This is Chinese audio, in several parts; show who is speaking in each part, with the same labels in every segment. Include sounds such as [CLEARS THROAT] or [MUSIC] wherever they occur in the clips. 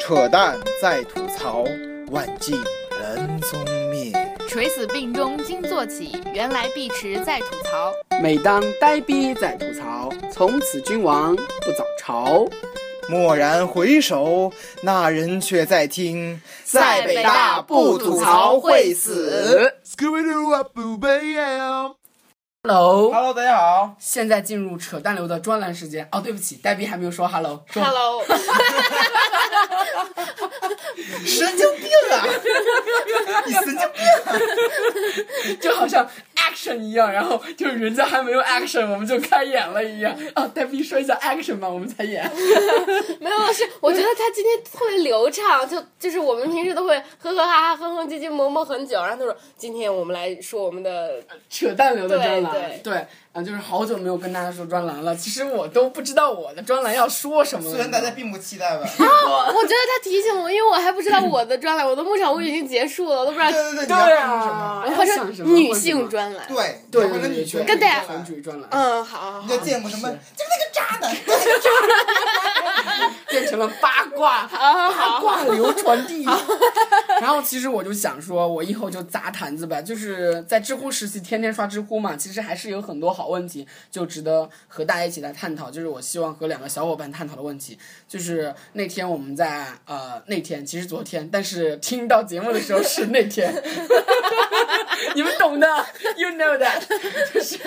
Speaker 1: 扯淡再吐槽，万径人踪灭。
Speaker 2: 垂死病中惊坐起，原来碧池在吐槽。
Speaker 3: 每当呆逼在吐槽，从此君王不早朝。
Speaker 1: 蓦然回首，那人却在听。
Speaker 2: 在北大不吐槽会死。
Speaker 3: Hello，
Speaker 1: Hello，大家好，
Speaker 3: 现在进入扯淡流的专栏时间。哦，对不起，呆逼还没有说 Hello，说
Speaker 2: Hello，
Speaker 1: 神经病啊！ [LAUGHS] 你神经病！啊
Speaker 3: 就好像 [LAUGHS] action 一样，然后就是人家还没有 action，我们就开演了一样。啊，呆逼说一下 action 吧，我们才演。
Speaker 4: [LAUGHS]
Speaker 3: [LAUGHS]
Speaker 4: 没有，是我觉得他今天特别流畅，就 [LAUGHS] 就是我们平时都会呵呵哈哈、哼哼唧唧、磨磨很久，然后他说今天我们来说我
Speaker 1: [LAUGHS]
Speaker 4: 们的，
Speaker 3: 扯淡流的专栏，
Speaker 4: 对对
Speaker 3: 啊、就是好久没有跟大家说专栏了。其实我都不知道我的专栏要说什么了。
Speaker 1: 虽然大家并不期待吧。
Speaker 2: 啊
Speaker 4: [LAUGHS] 我觉得他提醒我，因为我还不知道我的专栏，我的牧场物语已经结束了，我都不知道
Speaker 1: 对。对对，你要
Speaker 3: 对
Speaker 1: 看什么？
Speaker 3: 啊，
Speaker 4: 他
Speaker 3: 想
Speaker 4: 说
Speaker 3: 什么
Speaker 4: 女性，专
Speaker 1: [LAUGHS]
Speaker 4: 栏，
Speaker 1: 对，你
Speaker 3: 对
Speaker 1: 要
Speaker 3: 对
Speaker 1: 跟
Speaker 3: 对
Speaker 1: 女权
Speaker 4: 跟
Speaker 1: 比
Speaker 4: 大家
Speaker 1: 较
Speaker 3: 反主义专栏，
Speaker 4: 嗯，好好
Speaker 1: 你
Speaker 4: 好
Speaker 1: 就，见过什么？
Speaker 3: 是
Speaker 1: 就是那个渣男，
Speaker 3: 变成了八
Speaker 4: [LAUGHS]
Speaker 3: 卦。
Speaker 4: 啊好
Speaker 3: 八
Speaker 4: 好
Speaker 3: 卦流传地， [LAUGHS] 然后其实我就想说，我以后就砸坛子吧，就是在知乎时期天天刷知乎嘛，其实还是有很多好问题，就值得和大家一起来探讨。就是我希望和两个小伙伴探讨的问题，就是那天我们在呃那天其实昨天，但是听到节目的时候是那天， [LAUGHS] 你们懂的，you know that，就是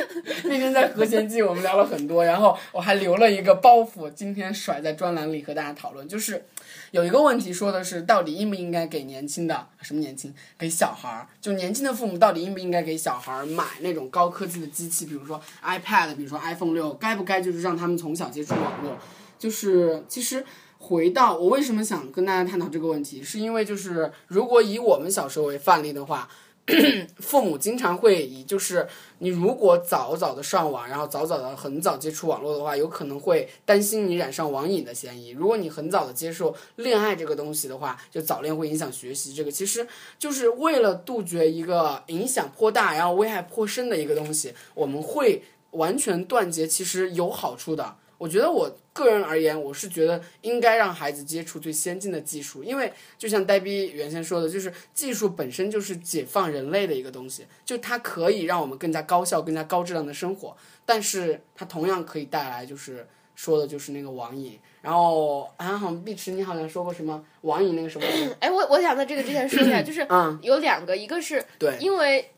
Speaker 3: 那天在和弦记我们聊了很多，然后我还留了一个包袱，今天甩在专栏里和大家讨论，就是。有一个问题说的是，到底应不应该给年轻的什么年轻给小孩儿，就年轻的父母到底应不应该给小孩儿买那种高科技的机器，比如说 iPad，比如说 iPhone 六，该不该就是让他们从小接触网络？就是其实回到我为什么想跟大家探讨这个问题，是因为就是如果以我们小时候为范例的话。 [COUGHS] 父母经常会以就是你如果早早的上网，然后早早的很早接触网络的话，有可能会担心你染上网瘾的嫌疑。如果你很早的接受恋爱这个东西的话，就早恋会影响学习。这个其实就是为了杜绝一个影响颇大，然后危害颇深的一个东西，我们会完全断绝，其实有好处的。我觉得我个人而言，我是觉得应该让孩子接触最先进的技术，因为就像呆逼原先说的，就是技术本身就是解放人类的一个东西，就它可以让我们更加高效、更加高质量的生活，但是它同样可以带来就是说的就是那个网瘾。然后啊，好像碧池你好像说过什么网瘾那个什么，
Speaker 4: 哎，我我想在这个之前说一下，就是
Speaker 3: 嗯，
Speaker 4: 有两个，一个是
Speaker 3: 对
Speaker 4: 因为。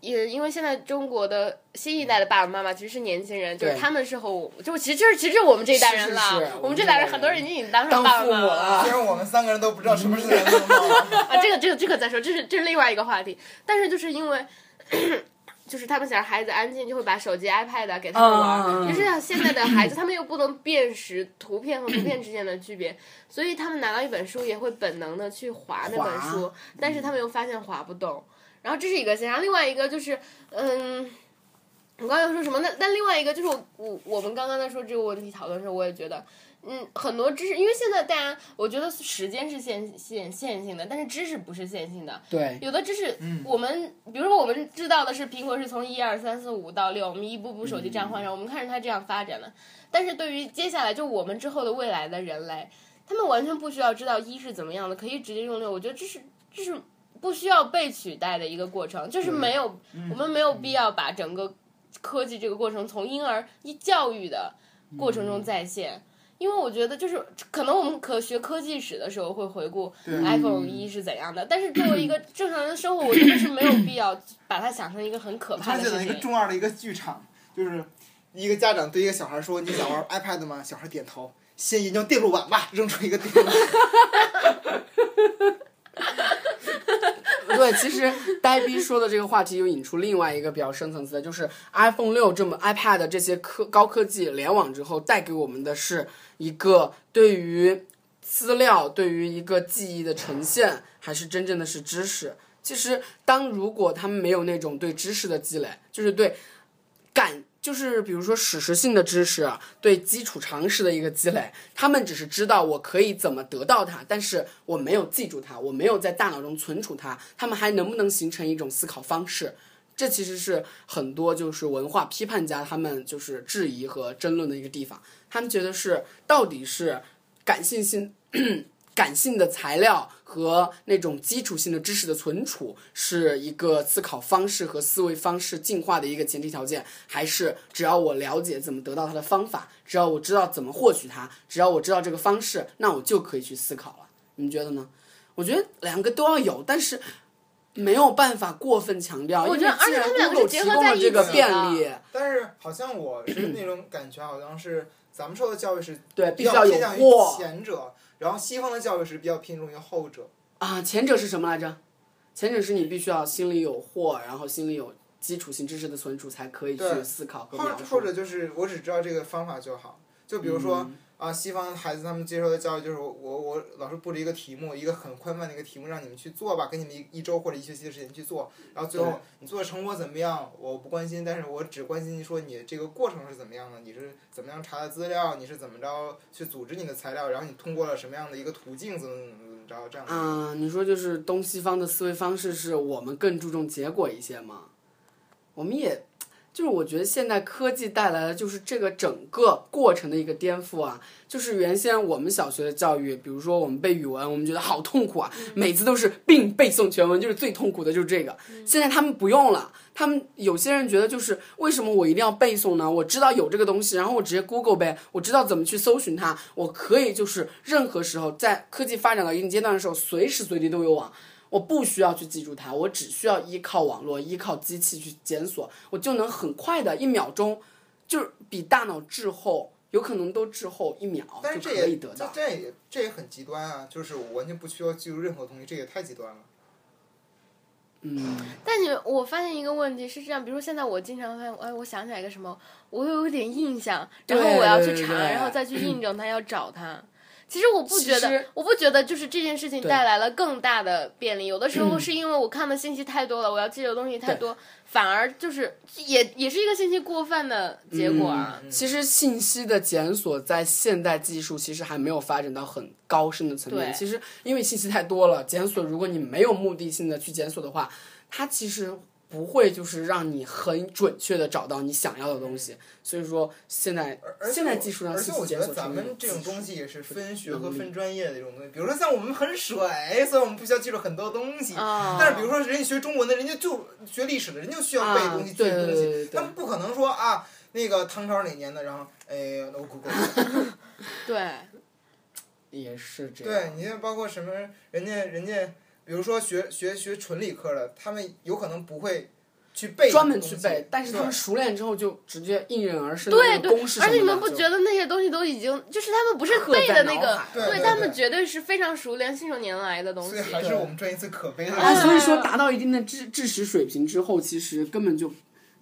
Speaker 4: 也因为现在中国的新一代的爸爸妈妈其实是年轻人，就是
Speaker 3: 对
Speaker 4: 他们是和我，就其实就是其实就是我们这一代人了，
Speaker 3: 是是是
Speaker 4: 我们这代人很多人已经当
Speaker 3: 当
Speaker 4: 上爸爸
Speaker 3: 父母
Speaker 4: 妈妈
Speaker 3: 了
Speaker 1: [LAUGHS] 虽然我们三个人 [LAUGHS] 都不知道什么是男同胞，
Speaker 4: 啊，这个这个这个再说，这是这是另外一个话题。但是就是因为，就是他们想让孩子安静，就会把手机、iPad 啊给他们玩
Speaker 3: 嗯嗯嗯
Speaker 4: 儿。就是像现在的孩子，他们又不能辨识图片和图片之间的区别，所以他们拿到一本书也会本能的去划那本
Speaker 3: 划
Speaker 4: 书，但是他们又发现划不动。然后这是一个现象，另外一个就是，嗯。我刚才说什么？那那另外一个就是我我我们刚刚在说这个问题讨论的时候，我也觉得，嗯，很多知识，因为现在大家我觉得时间是线线线性的，但是知识不是线性的。
Speaker 3: 对，
Speaker 4: 有的知识，我们比如说我们知道的是苹果是从一二三四五到六，我们一步步手机这样换上，我们看着它这样发展的。但是对于接下来就我们之后的未来的人类，他们完全不需要知道一是怎么样的，可以直接用六。我觉得这是这是不需要被取代的一个过程，就是没有、
Speaker 1: 嗯
Speaker 4: 我们没有必要把整个科技这个过程从婴儿一教育的过程中再现。因为我觉得，就是可能我们可学科技史的时候会回顾
Speaker 1: 嗯
Speaker 4: iPhone 一是怎样的，但是作为一个正常人的生活，我觉得是没有必要把它想成一个很可
Speaker 1: 发
Speaker 4: 怕的
Speaker 1: 现
Speaker 4: 事
Speaker 1: 了一个
Speaker 4: 情。
Speaker 1: 中二的一个剧场，就是一个家长对一个小孩说：“你想玩 iPad 吗？”小孩点头，先研究电路板吧，扔出一个电路板。
Speaker 3: 对，其实呆逼说的这个话题又引出另外一个比较深层次的，就是 iPhone 六这么 iPad 这些科高科技联网之后，带给我们的是一个对于资料、对于一个记忆的呈现，还是真正的是知识。其实，当如果他们没有那种对知识的积累，就是对感，就是比如说史实性的知识，啊对基础常识的一个积累，他们只是知道我可以怎么得到它，但是我没有记住它，我没有在大脑中存储它，他们还能不能形成一种思考方式？这其实是很多就是文化批判家他们就是质疑和争论的一个地方。他们觉得是到底是感性性 [CLEARS THROAT] 感性的材料和那种基础性的知识的存储是一个思考方式和思维方式进化的一个前提条件，还是只要我了解怎么得到它的方法，只要我知道怎么获取它，只要我知道这个方式，那我就可以去思考了。你们觉得呢？我觉得两个都要有，但是没有办法过分强调，
Speaker 4: 我觉得
Speaker 3: 因为既然
Speaker 4: 而且他们两个
Speaker 3: Google
Speaker 4: 是结
Speaker 3: 提
Speaker 4: 合
Speaker 3: 供
Speaker 4: 在
Speaker 3: 了
Speaker 4: 一
Speaker 3: 这个
Speaker 4: 起
Speaker 3: 便利，
Speaker 1: [LAUGHS] 但是好像我是那种感觉，好像是咱们受的教育是
Speaker 3: 对，必
Speaker 1: 比
Speaker 3: 须
Speaker 1: 较
Speaker 3: 要有
Speaker 1: 偏向于
Speaker 3: 货
Speaker 1: 前者，然后西方的教育是比较偏重于后者。
Speaker 3: 啊。前者是什么来着？前者是你必须要心里有货，然后心里有基础性知识的存储，才可以去
Speaker 1: 对
Speaker 3: 思考和
Speaker 1: 或
Speaker 3: 描
Speaker 1: 者或
Speaker 3: 述。
Speaker 1: 者就是我只知道这个方法就好。就比如说、啊，西方孩子他们接受的教育就是我我我老师布置一个题目，一个很宽泛的一个题目，让你们去做吧，给你们一一周或者一学期的时间去做。然后最
Speaker 3: 对
Speaker 1: 后你做的成果怎么样，我不关心，但是我只关心说你这个过程是怎么样的，你是怎么样查的资料，你是怎么着去组织你的材料，然后你通过了什么样的一个途径，怎么怎么怎么着这样。
Speaker 3: 啊、你说就是东西方的思维方式是我们更注重结果一些吗？我们也，就是我觉得现代科技带来的就是这个整个过程的一个颠覆啊。就是原先我们小学的教育，比如说我们背语文，我们觉得好痛苦啊，每次都是并背诵全文，就是最痛苦的就是这个。现在他们不用了，他们有些人觉得就是为什么我一定要背诵呢？我知道有这个东西，然后我直接 Google 呗，我知道怎么去搜寻它，我可以就是任何时候在科技发展到一定阶段的时候，随时随地都有网。我不需要去记住它，我只需要依靠网络、依靠机器去检索，我就能很快的一秒钟，就是比大脑滞后，有可能都滞后一秒
Speaker 1: 但是
Speaker 3: 哦就
Speaker 1: 这
Speaker 3: 可以
Speaker 1: 也
Speaker 3: 得
Speaker 1: 这
Speaker 3: 到。
Speaker 1: 这也这也很极端啊！就是我完全不需要记住任何东西，这也太极端了。
Speaker 3: 嗯，
Speaker 4: 但你我发现一个问题是这样，比如说现在我经常发现，哎，我想起来一个什么，我有点印象，然后
Speaker 3: 对
Speaker 4: 我要
Speaker 3: 对
Speaker 4: 去
Speaker 3: 对
Speaker 4: 查，
Speaker 3: 对
Speaker 4: 然后再去印证它，要找它。其实我不觉
Speaker 3: 其实
Speaker 4: 得，我不觉得就是这件事情
Speaker 3: 对嗯
Speaker 4: 带来了更大的便利。有的时候是因为我看的信息太多了，我要记得东西太多，反而就是也也是一个信息过泛的结
Speaker 3: 嗯
Speaker 4: 果啊。
Speaker 3: 其实信息的检索在现代技术其实还没有发展到很高深的层面。
Speaker 4: 对
Speaker 3: 其实因为信息太多了，检索如果你没有目的性的去检索的话，它其实不会就是让你很准确的找到你想要的东
Speaker 4: 嗯
Speaker 3: 西。所以说现在
Speaker 1: 而且
Speaker 3: 现在
Speaker 1: 我
Speaker 3: 技术上
Speaker 1: 而且
Speaker 3: 信息
Speaker 1: 我觉
Speaker 3: 检
Speaker 1: 得
Speaker 3: 索
Speaker 1: 咱
Speaker 3: 成为
Speaker 1: 们这种东
Speaker 3: 技术
Speaker 1: 西也是分学和
Speaker 3: 能力
Speaker 1: 分专业的这种东西，比如说像我们很水，所以我们不需要记住很多东西。
Speaker 4: 啊
Speaker 1: 但是比如说人家学中文的，人家就学历史的，人家就需要背东西、
Speaker 3: 啊
Speaker 1: 记东
Speaker 3: 对对对对
Speaker 1: 西，
Speaker 3: 对
Speaker 1: 他们不可能说啊那个唐朝哪年的，然后哎我 Google，
Speaker 4: 对，
Speaker 3: 也是
Speaker 1: [LAUGHS]
Speaker 3: 这
Speaker 1: 对
Speaker 3: 样。
Speaker 1: 你像包括什么人家人家，比如说学学学纯理科的，他们有可能不会去背
Speaker 3: 专门
Speaker 1: 这
Speaker 3: 去
Speaker 1: 个东西
Speaker 3: 背，但是他们
Speaker 1: 对
Speaker 3: 熟练之后就直接应运而生的
Speaker 4: 对
Speaker 3: 那个
Speaker 4: 对
Speaker 3: 公式，
Speaker 4: 而且你
Speaker 3: 什么
Speaker 4: 们
Speaker 3: 的
Speaker 4: 不
Speaker 3: 就
Speaker 4: 觉得那些东西都已经就是他们不是
Speaker 3: 刻
Speaker 4: 背
Speaker 3: 在
Speaker 4: 的那
Speaker 3: 脑
Speaker 4: 个
Speaker 3: 海，
Speaker 1: 对
Speaker 4: 对
Speaker 1: 对
Speaker 4: 他
Speaker 1: 对
Speaker 4: 们绝对是非常熟练、信手拈来的东
Speaker 1: 所
Speaker 4: 西
Speaker 1: 以。还是
Speaker 3: 对
Speaker 1: 我们专业最可悲的。
Speaker 3: 啊，
Speaker 4: 哎
Speaker 3: 所以说达到一定的知知识水平之后，其实根本就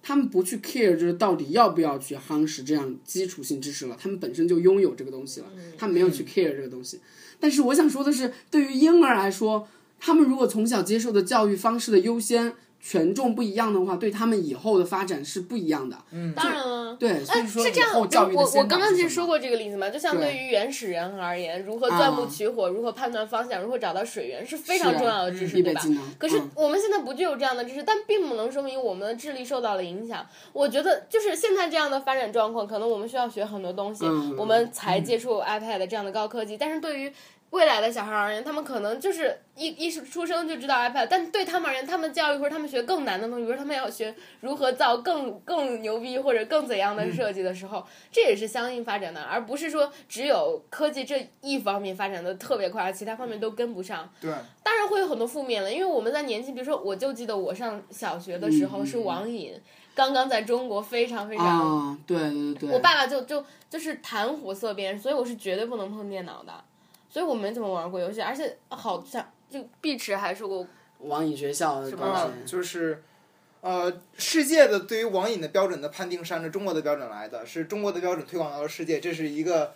Speaker 3: 他们不去 care，就是到底要不要去夯实这样基础性知识了，他们本身就拥有这个东西了，
Speaker 4: 嗯
Speaker 3: 他们没有
Speaker 1: 嗯
Speaker 3: 去 care 这个东西。但是我想说的是，对于婴儿来说，他们如果从小接受的教育方式的优先权重不一样的话，对他们以后的发展是不一样的。
Speaker 4: 当然了。
Speaker 3: 对，所以说
Speaker 4: 嗯哎呃是这
Speaker 3: 以
Speaker 4: 样，
Speaker 3: 后教育的
Speaker 4: 我我
Speaker 3: 先导
Speaker 4: 刚刚
Speaker 3: 是
Speaker 4: 其实
Speaker 3: 什
Speaker 4: 说
Speaker 3: 么
Speaker 4: 过这个例子嘛，就像
Speaker 3: 对啊
Speaker 4: 对于原始人而言，如何钻木取火、如何判断方向、如何找到水源是非常
Speaker 3: 是啊
Speaker 4: 重要的知识，
Speaker 3: 必
Speaker 4: 对
Speaker 3: 备
Speaker 4: 吧
Speaker 3: 技？能，
Speaker 4: 可是
Speaker 3: 嗯
Speaker 4: 我们现在不具有这样的知识，但并不能说明我们的智力受到了影响。我觉得就是现在这样的发展状况，可能我们需要学很多东西，
Speaker 3: 嗯
Speaker 4: 我们才接触 iPad 这样的高科技。但是对于未来的小孩而言，他们可能就是一一出生就知道 iPad，但对他们而言，他们教育或者他们学更难的东西，比如他们要学如何造更更牛逼或者更怎样的设计的时候，这也是相应发展的，而不是说只有科技这一方面发展的特别快，而其他方面都跟不上。
Speaker 1: 对，
Speaker 4: 当然会有很多负面了，因为我们在年轻，比如说，我就记得我上小学的时候
Speaker 3: 嗯
Speaker 4: 是网瘾，刚刚在中国非常非常，
Speaker 3: 啊，对对对，
Speaker 4: 我爸爸就就就是谈虎色变，所以我是绝对不能碰电脑的，所以我没怎么玩过游戏，而且好像就碧池还说过，
Speaker 3: 网瘾学校的东
Speaker 1: 啊
Speaker 3: 西，，
Speaker 1: 就是，呃，世界的对于网瘾的标准的判定是按照中国的标准来的，是中国的标准推广到了世界，这是一个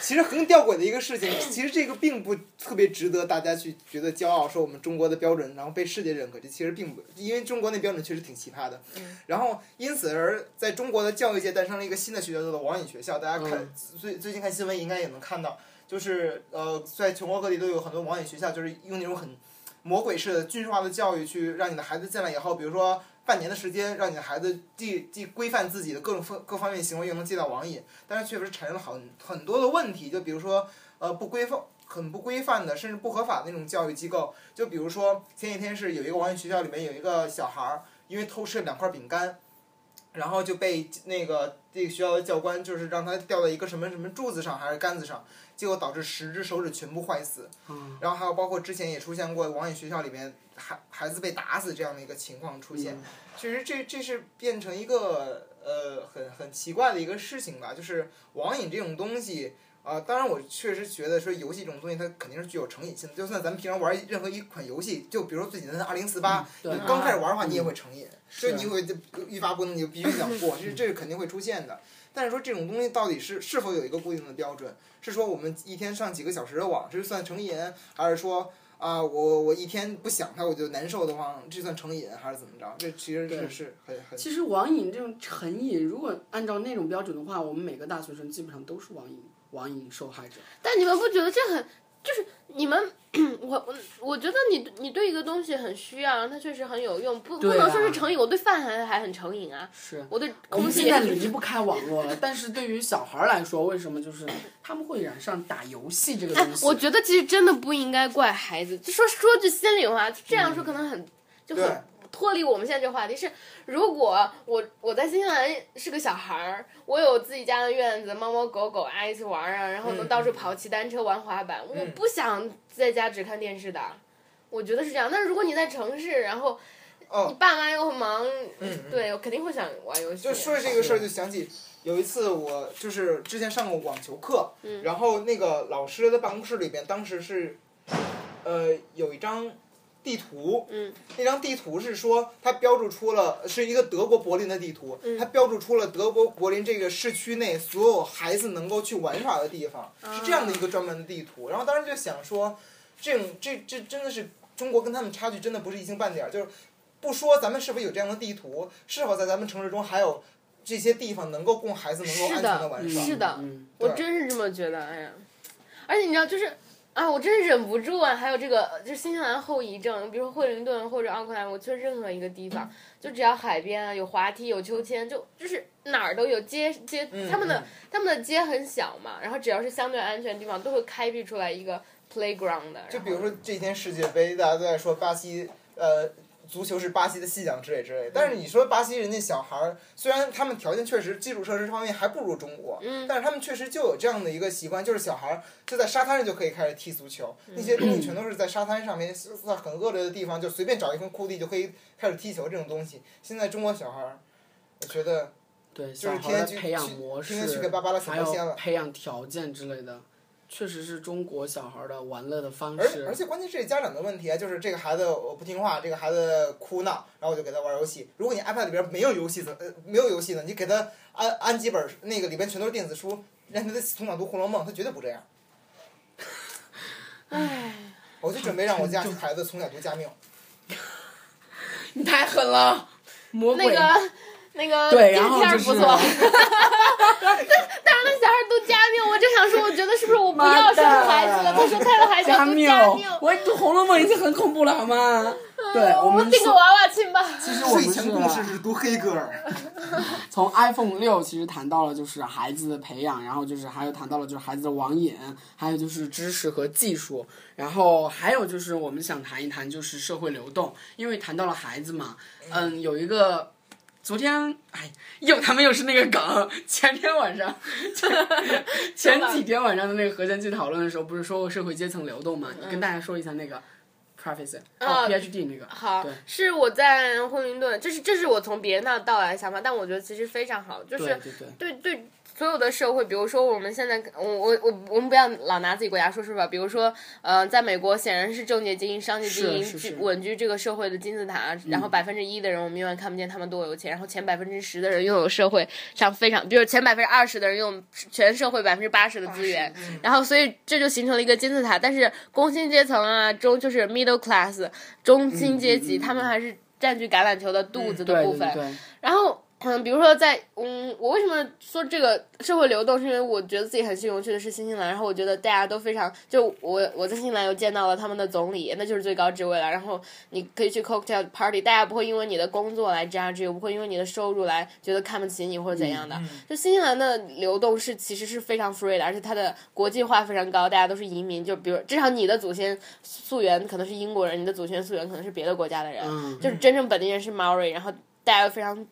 Speaker 1: 其实很吊诡的一个事情。其实这个并不特别值得大家去觉得骄傲，说我们中国的标准然后被世界认可，这其实并不，因为中国那标准确实挺奇葩的。然后因此而在中国的教育界诞生了一个新的学校，叫做网瘾学校。大家看、
Speaker 3: 嗯
Speaker 1: 最最近看新闻应该也能看到，就是呃，在全国各地都有很多网瘾学校，就是用那种很魔鬼式的军事化的教育去让你的孩子进来以后，比如说半年的时间，让你的孩子既既规范自己的各种方各方面行为，又能戒掉网瘾，但是确实产生了很很多的问题，就比如说呃不规范。很不规范的，甚至不合法的那种教育机构，就比如说前几天是有一个网瘾学校里面有一个小孩儿，因为偷吃了两块饼干，然后就被那个这个学校的教官就是让他吊在一个什么什么柱子上还是杆子上，结果导致十只手指全部坏死。
Speaker 3: 嗯
Speaker 1: 然后还有包括之前也出现过网瘾学校里面孩孩子被打死这样的一个情况出现，其实这这是变成一个呃很很奇怪的一个事情吧，就是网瘾这种东西。啊、当然，我确实觉得说游戏这种东西，它肯定是具有成瘾性的。就算咱们平常玩任何一款游戏，就比如说最简单的《二零四八》，
Speaker 3: 嗯对
Speaker 1: 你刚开始玩的话，你也会成瘾，所以
Speaker 3: 是啊
Speaker 1: 你会就欲罢不能，你就必须想过，这这是肯定会出现的。但是说这种东西到底是是否有一个固定的标准？是说我们一天上几个小时的网，这是算成瘾，还是说啊、我我一天不想它我就难受的话，这算成瘾还是怎么着？这其实是
Speaker 3: 对
Speaker 1: 是很很
Speaker 3: 其实网瘾这种成瘾，如果按照那种标准的话，我们每个大学生基本上都是网瘾网瘾受害者。
Speaker 4: 但你们不觉得这很就是你们我我我觉得你你对一个东西很需要，然后它确实很有用，不、不
Speaker 3: 对啊
Speaker 4: 能说是成瘾。我对饭还还很成瘾啊，
Speaker 3: 是，
Speaker 4: 我对
Speaker 3: 我
Speaker 4: 空
Speaker 3: 们现
Speaker 4: 气
Speaker 3: 在离不开网络了，但是对于小孩儿来说，为什么就是他们会染上打游戏这个
Speaker 4: 哎
Speaker 3: 东，西？
Speaker 4: 我觉得其实真的不应该怪孩子。就说说句心里话，这样说可能很、就
Speaker 1: 嗯对
Speaker 4: 很脱离我们现在这个话题。是如果我我在新西兰是个小孩儿，我有自己家的院子，猫猫狗狗啊一起玩儿啊，然后能到处跑、骑单车、玩滑
Speaker 1: 嗯
Speaker 4: 板，我不想在家只看电视的。我觉得是这样，但是如果你在城市，然后你
Speaker 1: 哦，
Speaker 4: 爸妈又很忙，
Speaker 1: 嗯嗯
Speaker 4: 对，我肯定会想玩游戏。
Speaker 1: 就说这个事儿，就想起有一次我就是之前上过网球课，
Speaker 4: 嗯
Speaker 1: 然后那个老师的办公室里边当时是，呃，有一张地图，
Speaker 4: 嗯
Speaker 1: 那张地图是说它标注出了是一个德国柏林的地图，
Speaker 4: 嗯
Speaker 1: 它标注出了德国柏林这个市区内所有孩子能够去玩耍的地方，是这样的一个专门的地图。然后当时就想说，这种这这真的是中国跟他们差距真的不是一星半点儿，就是不说咱们是否有这样的地图，是否在咱们城市中还有这些地方能够供孩子能够安
Speaker 4: 是
Speaker 1: 全
Speaker 4: 的
Speaker 1: 的玩耍。
Speaker 4: 是的
Speaker 3: 嗯，
Speaker 4: 我
Speaker 1: 对
Speaker 4: 真是这么觉得，哎呀，而且你知道，就是啊，我真是忍不住啊。还有这个，就是新西兰后遗症，比如说惠灵顿或者奥克兰，我去任何一个地方，就只要海边啊，有滑梯，有秋千，就就是哪儿都有街街，他们的、
Speaker 1: 嗯
Speaker 4: 他们的街很小嘛，然后只要是相对安全的地方，都会开辟出来一个 playground 的。
Speaker 1: 就
Speaker 4: 然
Speaker 1: 比如
Speaker 4: 后
Speaker 1: 说这几天世界杯，大家都在说巴西，呃，足球是巴西的信仰之类之类。但是你说巴西人家小孩儿，虽然他们条件确实基础设施方面还不如中国，
Speaker 4: 嗯
Speaker 1: 但是他们确实就有这样的一个习惯，就是小孩儿就在沙滩上就可以开始踢足球，那些东西全都是在沙滩上面，是在很恶劣的地方，就随便找一块空地就可以开始踢球这种东西。现在中国小孩儿，我觉得。
Speaker 3: 对，
Speaker 1: 就
Speaker 3: 小
Speaker 1: 是
Speaker 3: 孩儿
Speaker 1: 天天
Speaker 3: 的
Speaker 1: 去
Speaker 3: 培养
Speaker 1: 去
Speaker 3: 模式，
Speaker 1: 天天去给芭芭拉
Speaker 3: 还
Speaker 1: 扫地仙
Speaker 3: 有
Speaker 1: 了
Speaker 3: 培养条件之类的，确实是中国小孩儿的玩乐的方
Speaker 1: 而
Speaker 3: 式
Speaker 1: 而。且关键是家长的问题啊，就是这个孩子我不听话，这个孩子哭闹，然后我就给他玩游戏。如果你 iPad 里边没有游戏的，呃，没有游戏呢，你给他安安几本那个里边全都是电子书，让他从小读《红楼梦》，他绝对不这样。唉，我就准备让我家孩子从小读加
Speaker 3: [LAUGHS]
Speaker 1: 缪。
Speaker 3: 你太狠了，魔
Speaker 4: 那
Speaker 3: 鬼。
Speaker 4: 个 [LAUGHS] 那个
Speaker 3: 对，
Speaker 4: 纪
Speaker 3: 然
Speaker 4: 录
Speaker 3: 后
Speaker 4: 片
Speaker 3: 就
Speaker 4: 儿
Speaker 3: 是
Speaker 4: 不错， [LAUGHS] 但是那小孩儿读加缪，我正想说，我觉得是不是我不要生孩子了？他说他的孩子要
Speaker 3: 加
Speaker 4: 读
Speaker 3: 缪
Speaker 4: 加缪，，
Speaker 3: 我读《红楼梦》已经很恐怖了，好
Speaker 4: [LAUGHS]
Speaker 3: 吗？对，
Speaker 4: 我
Speaker 3: 们
Speaker 4: 订个
Speaker 3: 说，
Speaker 4: 娃娃亲吧。
Speaker 3: 其实我们是
Speaker 1: 是读黑格尔。
Speaker 3: 从 iPhone 六其实谈到了就是孩子的培养，然后就是还有谈到了就是孩子的网瘾，还有就是知识和技术，然后还有就是我们想谈一谈就是社会流动，因为谈到了孩子嘛，嗯，有一个。昨天，哎，又他们又是那个梗。前天晚上，
Speaker 4: [LAUGHS]
Speaker 3: 前前几天晚上的那个核心去讨论的时候，不是说过社会阶层流动嘛？你跟大家说一下那个 professor 哦
Speaker 4: 嗯啊
Speaker 3: PhD 那个。
Speaker 4: 好
Speaker 3: 对，
Speaker 4: 是我在惠灵顿，这是这是我从别人那到来的想法，但我觉得其实非常好，就是
Speaker 3: 对对对。
Speaker 4: 对对所有的社会，比如说我们现在，我我我我们不要老拿自己国家说事吧。比如说，呃，在美国显然是政界精英、商界精英
Speaker 3: 是是
Speaker 4: 居
Speaker 3: 是嗯
Speaker 4: 稳居这个社会的金字塔，然后百分之一的人我们永远看不见他们多有钱，然后前百分之十的人拥有社会上非常，比如前百分之二十的人拥有全社会百分之八十的资源，
Speaker 3: 嗯
Speaker 4: 然后所以这就形成了一个金字塔。但是工薪阶层啊，中就是 middle
Speaker 3: 嗯
Speaker 4: class 中薪阶级，他们还是占据橄榄球的肚子的
Speaker 3: 对
Speaker 4: 部
Speaker 3: 对
Speaker 4: 分。
Speaker 3: 对，
Speaker 4: 然后嗯，比如说在嗯，我为什么说这个社会流动，是因为我觉得自己很幸运，我去的是新西兰，然后我觉得大家都非常，就我我在新西兰又见到了他们的总理，那就是最高职位了。然后你可以去 cocktail party，大家不会因为你的工作来 judge，you，不会因为你的收入来觉得看不起你或者怎样的。就新西兰的流动是其实是非常 free 的，而且它的国际化非常高，大家都是移民，就比如至少你的祖先溯源可能是英国人，你的祖先溯源可能是别的国家的人，
Speaker 3: 嗯
Speaker 4: 就是真正本地人是 Maori，然后大家又非常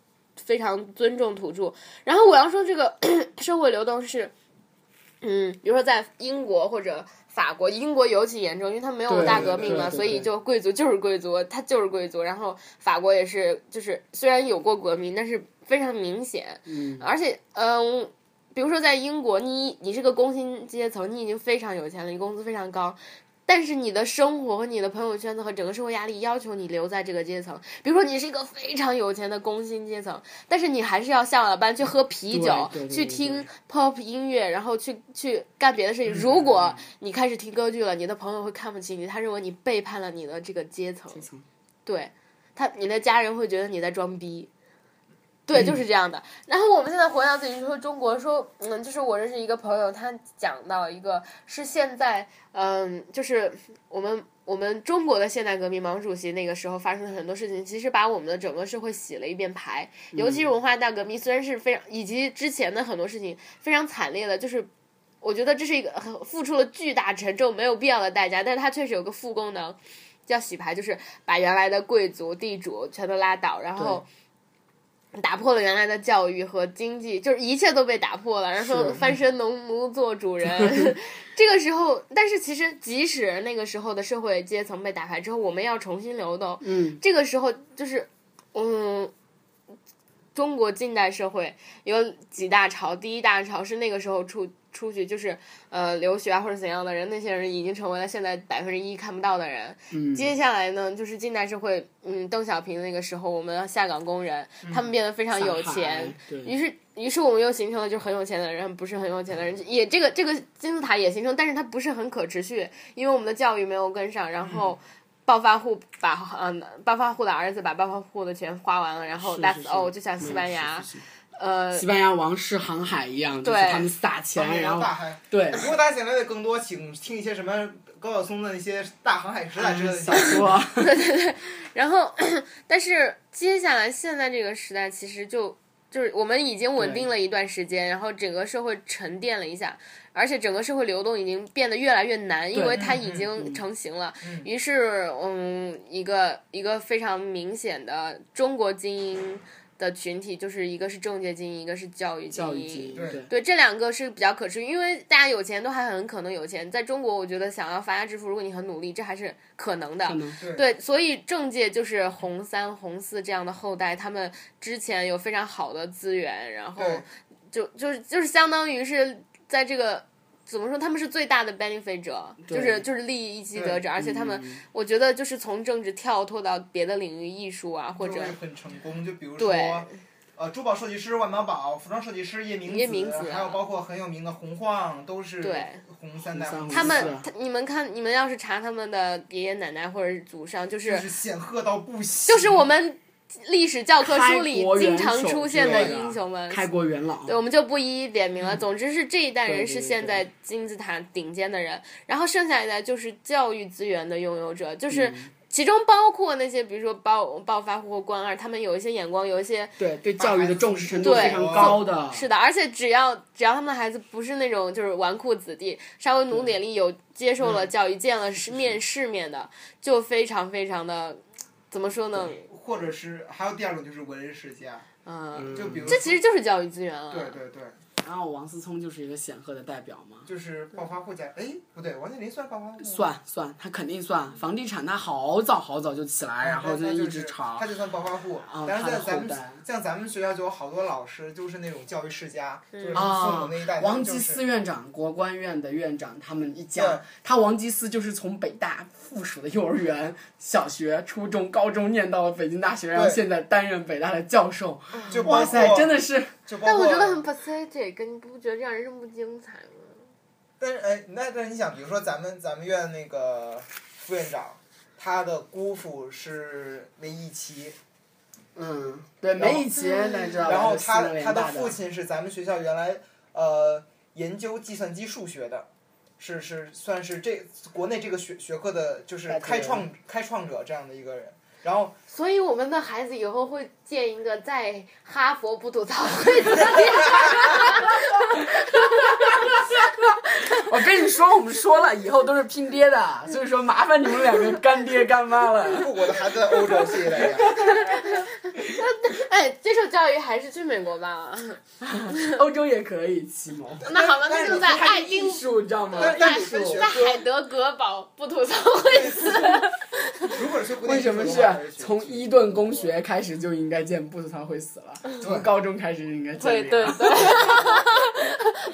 Speaker 4: 非常尊重土著。然后我要说这个 [COUGHS] 社会流动是，嗯，比如说在英国或者法国，英国尤其严重，因为它没有
Speaker 3: 对
Speaker 4: 大
Speaker 3: 对
Speaker 4: 革
Speaker 3: 对
Speaker 4: 命嘛，
Speaker 3: 对
Speaker 4: 所以
Speaker 3: 对
Speaker 4: 就贵族就是贵族，他就是贵族。然后法国也是，就是虽然有过革命，但是非常明显，
Speaker 3: 嗯，
Speaker 4: 而且嗯。比如说，在英国，你你是个工薪阶层，你已经非常有钱了，你工资非常高，但是你的生活和你的朋友圈子和整个社会压力要求你留在这个阶层。比如说，你是一个非常有钱的工薪阶层，但是你还是要下了班去喝啤酒
Speaker 3: 对对对，对嗯
Speaker 4: 去听 pop 音乐，然后去去干别的事情。如果你开始听歌剧了，你的朋友会看不起你，他认为你背叛了你的这个阶层。对他，你的家人会觉得你在装逼。
Speaker 3: 嗯
Speaker 4: 对，就是这样的。然后我们现在回到自己说中国，说嗯，就是我认识一个朋友，他讲到一个是现在嗯，就是我们我们中国的现代革命，毛主席那个时候发生的很多事情，其实把我们的整个社会洗了一遍牌。尤其是文化大革命，虽然是非常以及之前的很多事情非常惨烈的，就是我觉得这是一个很付出了巨大沉重没有必要的代价，但是它确实有个副功能，叫洗牌，就是把原来的贵族地主全都拉倒，然后。打破了原来的教育和经济，就是一切都被打破了，然后
Speaker 3: 是
Speaker 4: 翻身农奴做主人。这个时候，但是其实即使那个时候的社会阶层被打开之后，我们要重新流动，
Speaker 3: 嗯，
Speaker 4: 这个时候就是，嗯，中国近代社会有几大潮，第一大潮是那个时候出出去就是呃留学啊或者怎样的人，那些人已经成为了现在百分之一看不到的人。
Speaker 3: 嗯
Speaker 4: 接下来呢，就是近代社会，嗯，邓小平那个时候，我们下岗工人，他们变得非常有钱，
Speaker 3: 嗯对，
Speaker 4: 于是，于是我们又形成了就是很有钱的人，不是很有钱的人，也这个这个金字塔也形成，但是它不是很可持续，因为我们的教育没有跟上，然后暴发户把嗯、暴发户的儿子把暴发户的钱花完了，然后
Speaker 3: 是
Speaker 4: that's
Speaker 3: 是是嗯
Speaker 4: all，就像西班牙，呃，
Speaker 3: 西班牙王室航海一样，就是
Speaker 4: 对
Speaker 3: 他们撒钱，然后
Speaker 1: 哎大海。
Speaker 3: 哎对
Speaker 1: 如果大家想了解更多，请听一些什么高晓松的那些大航海时代之类的
Speaker 3: 小说，
Speaker 4: 然后，但是接下来现在这个时代，其实就就是我们已经稳定了一段时间，然后整个社会沉淀了一下，而且整个社会流动已经变得越来越难，因为它已经成型了。
Speaker 3: 嗯
Speaker 4: 于是，嗯，一个一个非常明显的中国精英的群体，就是一个是政界精英，一个是教育精
Speaker 3: 教育
Speaker 4: 英
Speaker 3: 精英，。对，
Speaker 4: 嗯对，这两个是比较可持续，因为大家有钱都还很可能有钱。在中国，我觉得想要发家致富，如果你很努力，这还是可能的。
Speaker 3: 可能
Speaker 4: 对，所以政界就是红三、红四这样的后代，他们之前有非常好的资源，然后
Speaker 1: 对
Speaker 4: 就就是就是相当于是在这个怎么说，他们是最大的 benefit 者，就是
Speaker 3: 对
Speaker 4: 就是利益一级得
Speaker 1: 对
Speaker 4: 者，而且他们
Speaker 3: 嗯
Speaker 4: 我觉得就是从政治跳脱到别的领域，艺术啊或
Speaker 1: 或
Speaker 4: 者
Speaker 1: 很成功，就比如
Speaker 4: 对
Speaker 1: 说。呃，珠宝设计师万能宝，服装设计师叶明
Speaker 4: 叶明子啊
Speaker 1: 还有包括很有名的洪晃，都是
Speaker 4: 对
Speaker 1: 红三代。
Speaker 3: 红三
Speaker 1: 红四
Speaker 4: 他们
Speaker 3: 是啊
Speaker 4: 他你们看你们要是查他们的爷爷奶奶或者祖上，就是
Speaker 1: 就是显赫到不行。
Speaker 4: 就是我们历史教科书里
Speaker 3: 开国
Speaker 4: 经
Speaker 3: 元
Speaker 4: 常
Speaker 3: 首
Speaker 4: 出
Speaker 3: 之
Speaker 4: 现的
Speaker 1: 类的
Speaker 4: 英雄们，
Speaker 3: 开国元老，
Speaker 4: 对，我们就不一一点名了。总之是这一代人
Speaker 3: 对
Speaker 4: 是
Speaker 3: 对
Speaker 4: 现
Speaker 3: 对
Speaker 4: 在金字塔顶尖的人，然后剩下一代就是教育资源的拥有者，就是
Speaker 3: 嗯
Speaker 4: 其中包括那些比如说暴暴发户或官二，他们有一些眼光，有一些
Speaker 3: 对对教育的重视程度
Speaker 4: 对
Speaker 3: 非常高的，
Speaker 4: 是的，而且只要只要他们的孩子不是那种就是纨绔子弟，稍微努点力，有接受
Speaker 3: 嗯
Speaker 4: 了教育，见了世面世面的，就非常非常的怎么说呢？
Speaker 1: 或者是还有第二种就是文人世家，
Speaker 4: 嗯，
Speaker 1: 就比如
Speaker 4: 这其实就是教育资源啊。
Speaker 1: 对对对，
Speaker 3: 然后王思聪就是一个显赫的代表嘛，
Speaker 1: 就是暴发户家，哎，不对，王健林算暴发户吗？
Speaker 3: 算算他肯定算，房地产他好早好早就起来，然后
Speaker 1: 就
Speaker 3: 一直
Speaker 1: 嗯
Speaker 3: 炒啊
Speaker 1: 他，就算暴发户，但是在
Speaker 3: 他的
Speaker 1: 咱
Speaker 3: 后
Speaker 1: 们
Speaker 3: 代
Speaker 1: 像咱们学校就有好多老师就是那种教育世家，就是父母
Speaker 3: 啊
Speaker 1: 那一代，，
Speaker 3: 王
Speaker 1: 吉
Speaker 3: 吉思院长、国关院的院长，他们一家，他王吉思就是从北大附属的幼儿园、小学、初中、高中念到了北京大学，然后现在担任北大的教授。
Speaker 1: 就包
Speaker 3: 哇塞，
Speaker 1: 括
Speaker 3: 真的是
Speaker 1: 就包
Speaker 4: 但我
Speaker 1: 括
Speaker 4: 觉得很 pathetic，你不觉得这样人生不精彩吗？
Speaker 1: 但是哎，那但是你想，比如说咱们咱们院那个副院长，他的姑父是那一期，
Speaker 3: 嗯，对，梅以前大家知道吧，
Speaker 1: 然后
Speaker 3: 是
Speaker 1: 他
Speaker 3: 西南联
Speaker 1: 他的
Speaker 3: 大
Speaker 1: 父亲是咱们学校原来呃研究计算机数学的，是是算是这国内这个学学科的就是
Speaker 3: 带头
Speaker 1: 开
Speaker 3: 人
Speaker 1: 创开创者这样的一个人。然后
Speaker 5: 所以我们的孩子以后会建一个在哈佛不吐槽会的地
Speaker 3: 我跟你说，我们说了，以后都是拼爹的，所以说麻烦你们两个干爹干妈了。 [LAUGHS]
Speaker 1: 我的孩子在欧洲，谢谢大家。
Speaker 5: 方。 [LAUGHS] 哎，接受教育还是去美国吧。
Speaker 3: 欧洲也可以启蒙，
Speaker 4: [LAUGHS] 那好吧，那就在
Speaker 3: 它
Speaker 4: 爱
Speaker 3: 是
Speaker 4: 丁
Speaker 3: 艺术，你知道吗？
Speaker 1: 但但
Speaker 3: 艺
Speaker 1: 你
Speaker 3: 术
Speaker 1: 分学
Speaker 4: 在海德格堡不吐槽会死。
Speaker 1: 如果是国内
Speaker 3: 为什么
Speaker 1: 艺术
Speaker 3: 是啊
Speaker 1: 的话还去
Speaker 3: 从伊顿公学开始就应该建不吐槽会死了？从高中开始就应该建
Speaker 5: 对
Speaker 3: 立
Speaker 5: 对
Speaker 3: 了。
Speaker 5: 对，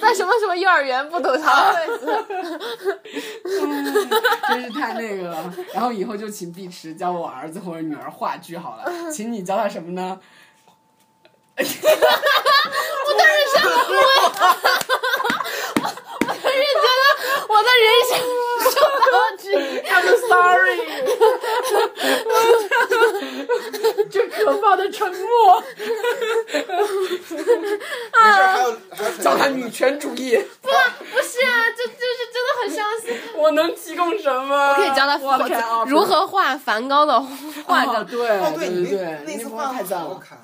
Speaker 5: 在什么什么幼儿园不吐槽会死。
Speaker 3: [LAUGHS] 真是太那个了。然后以后就请碧池教我儿子或者女儿话剧好 [LAUGHS] 了，请你教他什么 [LAUGHS] 呢？
Speaker 5: 我的人生受到质疑。
Speaker 3: I'm [LAUGHS] sorry，这可怕的沉默，
Speaker 1: 没事儿还有还有很多
Speaker 3: [LAUGHS] 教他女啊权主义，
Speaker 4: 不是啊，这就是真的很伤心。
Speaker 3: [LAUGHS] 我能提供什么？我
Speaker 4: 可以教他如何画梵高的画
Speaker 3: 画的
Speaker 4: 的
Speaker 3: 对，
Speaker 1: 哦，
Speaker 3: 对
Speaker 1: 你
Speaker 3: 对
Speaker 1: 那那次
Speaker 3: 幅
Speaker 1: 画
Speaker 3: 画太赞
Speaker 1: 好
Speaker 3: 了。
Speaker 1: 看。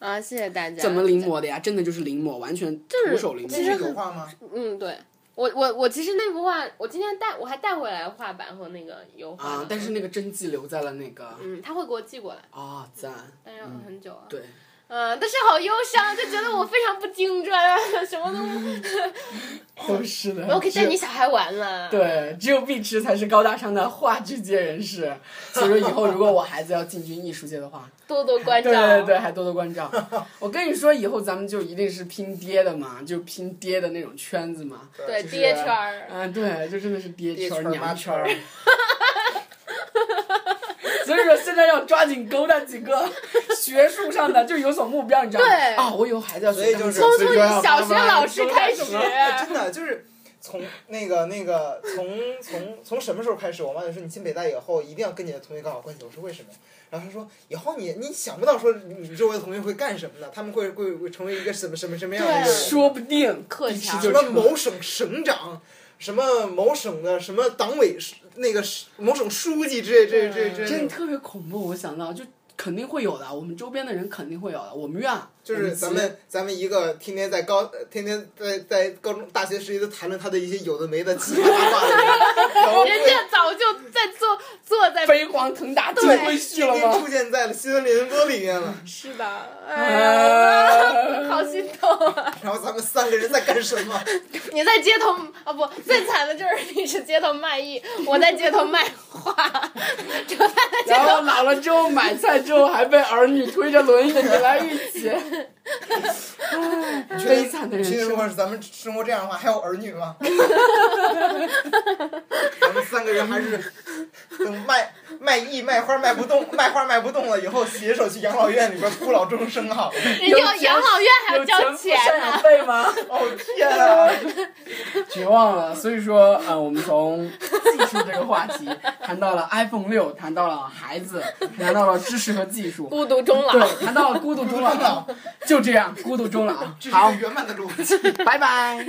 Speaker 4: 啊！谢谢大家。
Speaker 3: 怎么临摹的呀？真的就是临摹，完全
Speaker 4: 就是
Speaker 3: 徒手临
Speaker 4: 其实
Speaker 3: 摹。
Speaker 1: 有画吗？
Speaker 4: 嗯，对我我我其实那幅画，我今天带我还带回来画板和那个油画
Speaker 3: 啊
Speaker 4: 呢，
Speaker 3: 但是那个真迹留在了那个
Speaker 4: 嗯，他会给我寄过来，
Speaker 3: 啊，赞，
Speaker 4: 但是要很久啊。
Speaker 3: 对，
Speaker 4: 嗯，但是好忧伤，就觉得我非常不精专， [LAUGHS] 什么
Speaker 3: [LAUGHS]
Speaker 4: 都
Speaker 3: 都哦是的。
Speaker 4: 我可以带你小孩玩了。
Speaker 3: 对，只有碧池才是高大上的话剧界人 [LAUGHS] 士。所以说以后如果我孩子要进军艺术界的话，
Speaker 4: 多 [LAUGHS] 多关照。
Speaker 3: 对对对，还多多关照。 [LAUGHS] 我跟你说，以后咱们就一定是拼爹的嘛，就拼爹的那种圈子嘛。
Speaker 4: 对
Speaker 3: 就是
Speaker 4: 爹圈儿，
Speaker 3: 嗯，对，就真的是爹
Speaker 1: 爹
Speaker 3: 圈
Speaker 1: 圈
Speaker 3: 儿、
Speaker 1: 儿妈
Speaker 3: 娘
Speaker 1: 圈
Speaker 3: 圈
Speaker 1: 儿
Speaker 3: 儿。 [LAUGHS] 所以说，现在要抓紧勾搭几个 [LAUGHS] 学术上的，就有所目标，你知道吗？
Speaker 4: 对
Speaker 3: 啊，我以后孩子要学
Speaker 1: 所以
Speaker 3: 钢
Speaker 1: 就是
Speaker 3: 琴
Speaker 1: 从
Speaker 3: 所以
Speaker 4: 从
Speaker 3: 说要
Speaker 4: 小
Speaker 3: 慢
Speaker 4: 学
Speaker 3: 慢
Speaker 4: 老师
Speaker 3: 勾搭
Speaker 4: 开
Speaker 3: 什
Speaker 4: 始
Speaker 3: 么。
Speaker 1: [LAUGHS] 真的就是从那个那个从从从什么时候开始，我妈就说你进北大以后一定要跟你的同学搞好关系。我说为什么？然后她说以后你你想不到说你周围的同学会干什么呢？他们会会会成为一个什么什么什么样的人？
Speaker 4: 对
Speaker 3: 说不 [LAUGHS] 定
Speaker 4: 克
Speaker 3: 一
Speaker 4: 强
Speaker 3: 吃
Speaker 1: 什
Speaker 3: 就
Speaker 1: 么
Speaker 3: 成
Speaker 1: 某省省长，什么某省的什么党委那个某省书记之类之类之类之类
Speaker 3: 真
Speaker 1: 的
Speaker 3: 的，特别恐怖，我想到就肯定会有的，我们周边的人肯定会有的，我们院
Speaker 1: 就
Speaker 3: 我
Speaker 1: 是
Speaker 3: 级
Speaker 1: 咱们咱们一个天天在高呃天天在在高中大学时期都谈论他的一些有的没的奇葩话的人，然
Speaker 3: [LAUGHS]
Speaker 1: 后
Speaker 4: 人家早就在坐坐在
Speaker 3: 飞黄腾达进
Speaker 4: 对
Speaker 3: 归去
Speaker 1: 今
Speaker 3: 了
Speaker 1: 天
Speaker 3: 吗
Speaker 1: 出？现在了新闻联播里面了。
Speaker 4: 是的， [LAUGHS] 哎呀，
Speaker 3: 哎
Speaker 4: 好心痛啊！
Speaker 1: 然后咱们三个人在干什么？
Speaker 4: 你在街头啊不，最惨的就是你是街头卖艺，我在街头卖画， [LAUGHS] 折在
Speaker 3: [LAUGHS]
Speaker 4: 街
Speaker 3: 然
Speaker 4: 头
Speaker 3: 后老了之后买菜之后还被儿女推着轮椅来一
Speaker 4: [LAUGHS]
Speaker 3: 起，
Speaker 1: 你
Speaker 3: 悲惨的人
Speaker 1: 其实如
Speaker 3: 生
Speaker 1: 果。是咱们生活这样的话，还有儿女
Speaker 3: [LAUGHS]
Speaker 1: 吗？咱们三个人还是等卖卖艺卖花卖不动，卖花卖不动了以后，携手去养老院里边孤老终生好了。
Speaker 4: 人家养老院还要
Speaker 3: 有
Speaker 4: 交
Speaker 3: 钱付赡
Speaker 4: 呢
Speaker 3: 养。费吗？
Speaker 1: 哦天
Speaker 3: [LAUGHS]
Speaker 1: 啊！
Speaker 3: 绝望了。所以说，呃，我们从技术这个话题谈到了 iPhone 六，谈到了孩子，谈到了知识和技术，
Speaker 4: 孤独终老，
Speaker 3: 对，谈到
Speaker 4: [LAUGHS]
Speaker 3: 了孤独终老，就这样，孤独终老。
Speaker 1: 这是一
Speaker 3: 好
Speaker 1: 个，圆满的逻辑。
Speaker 3: 拜拜。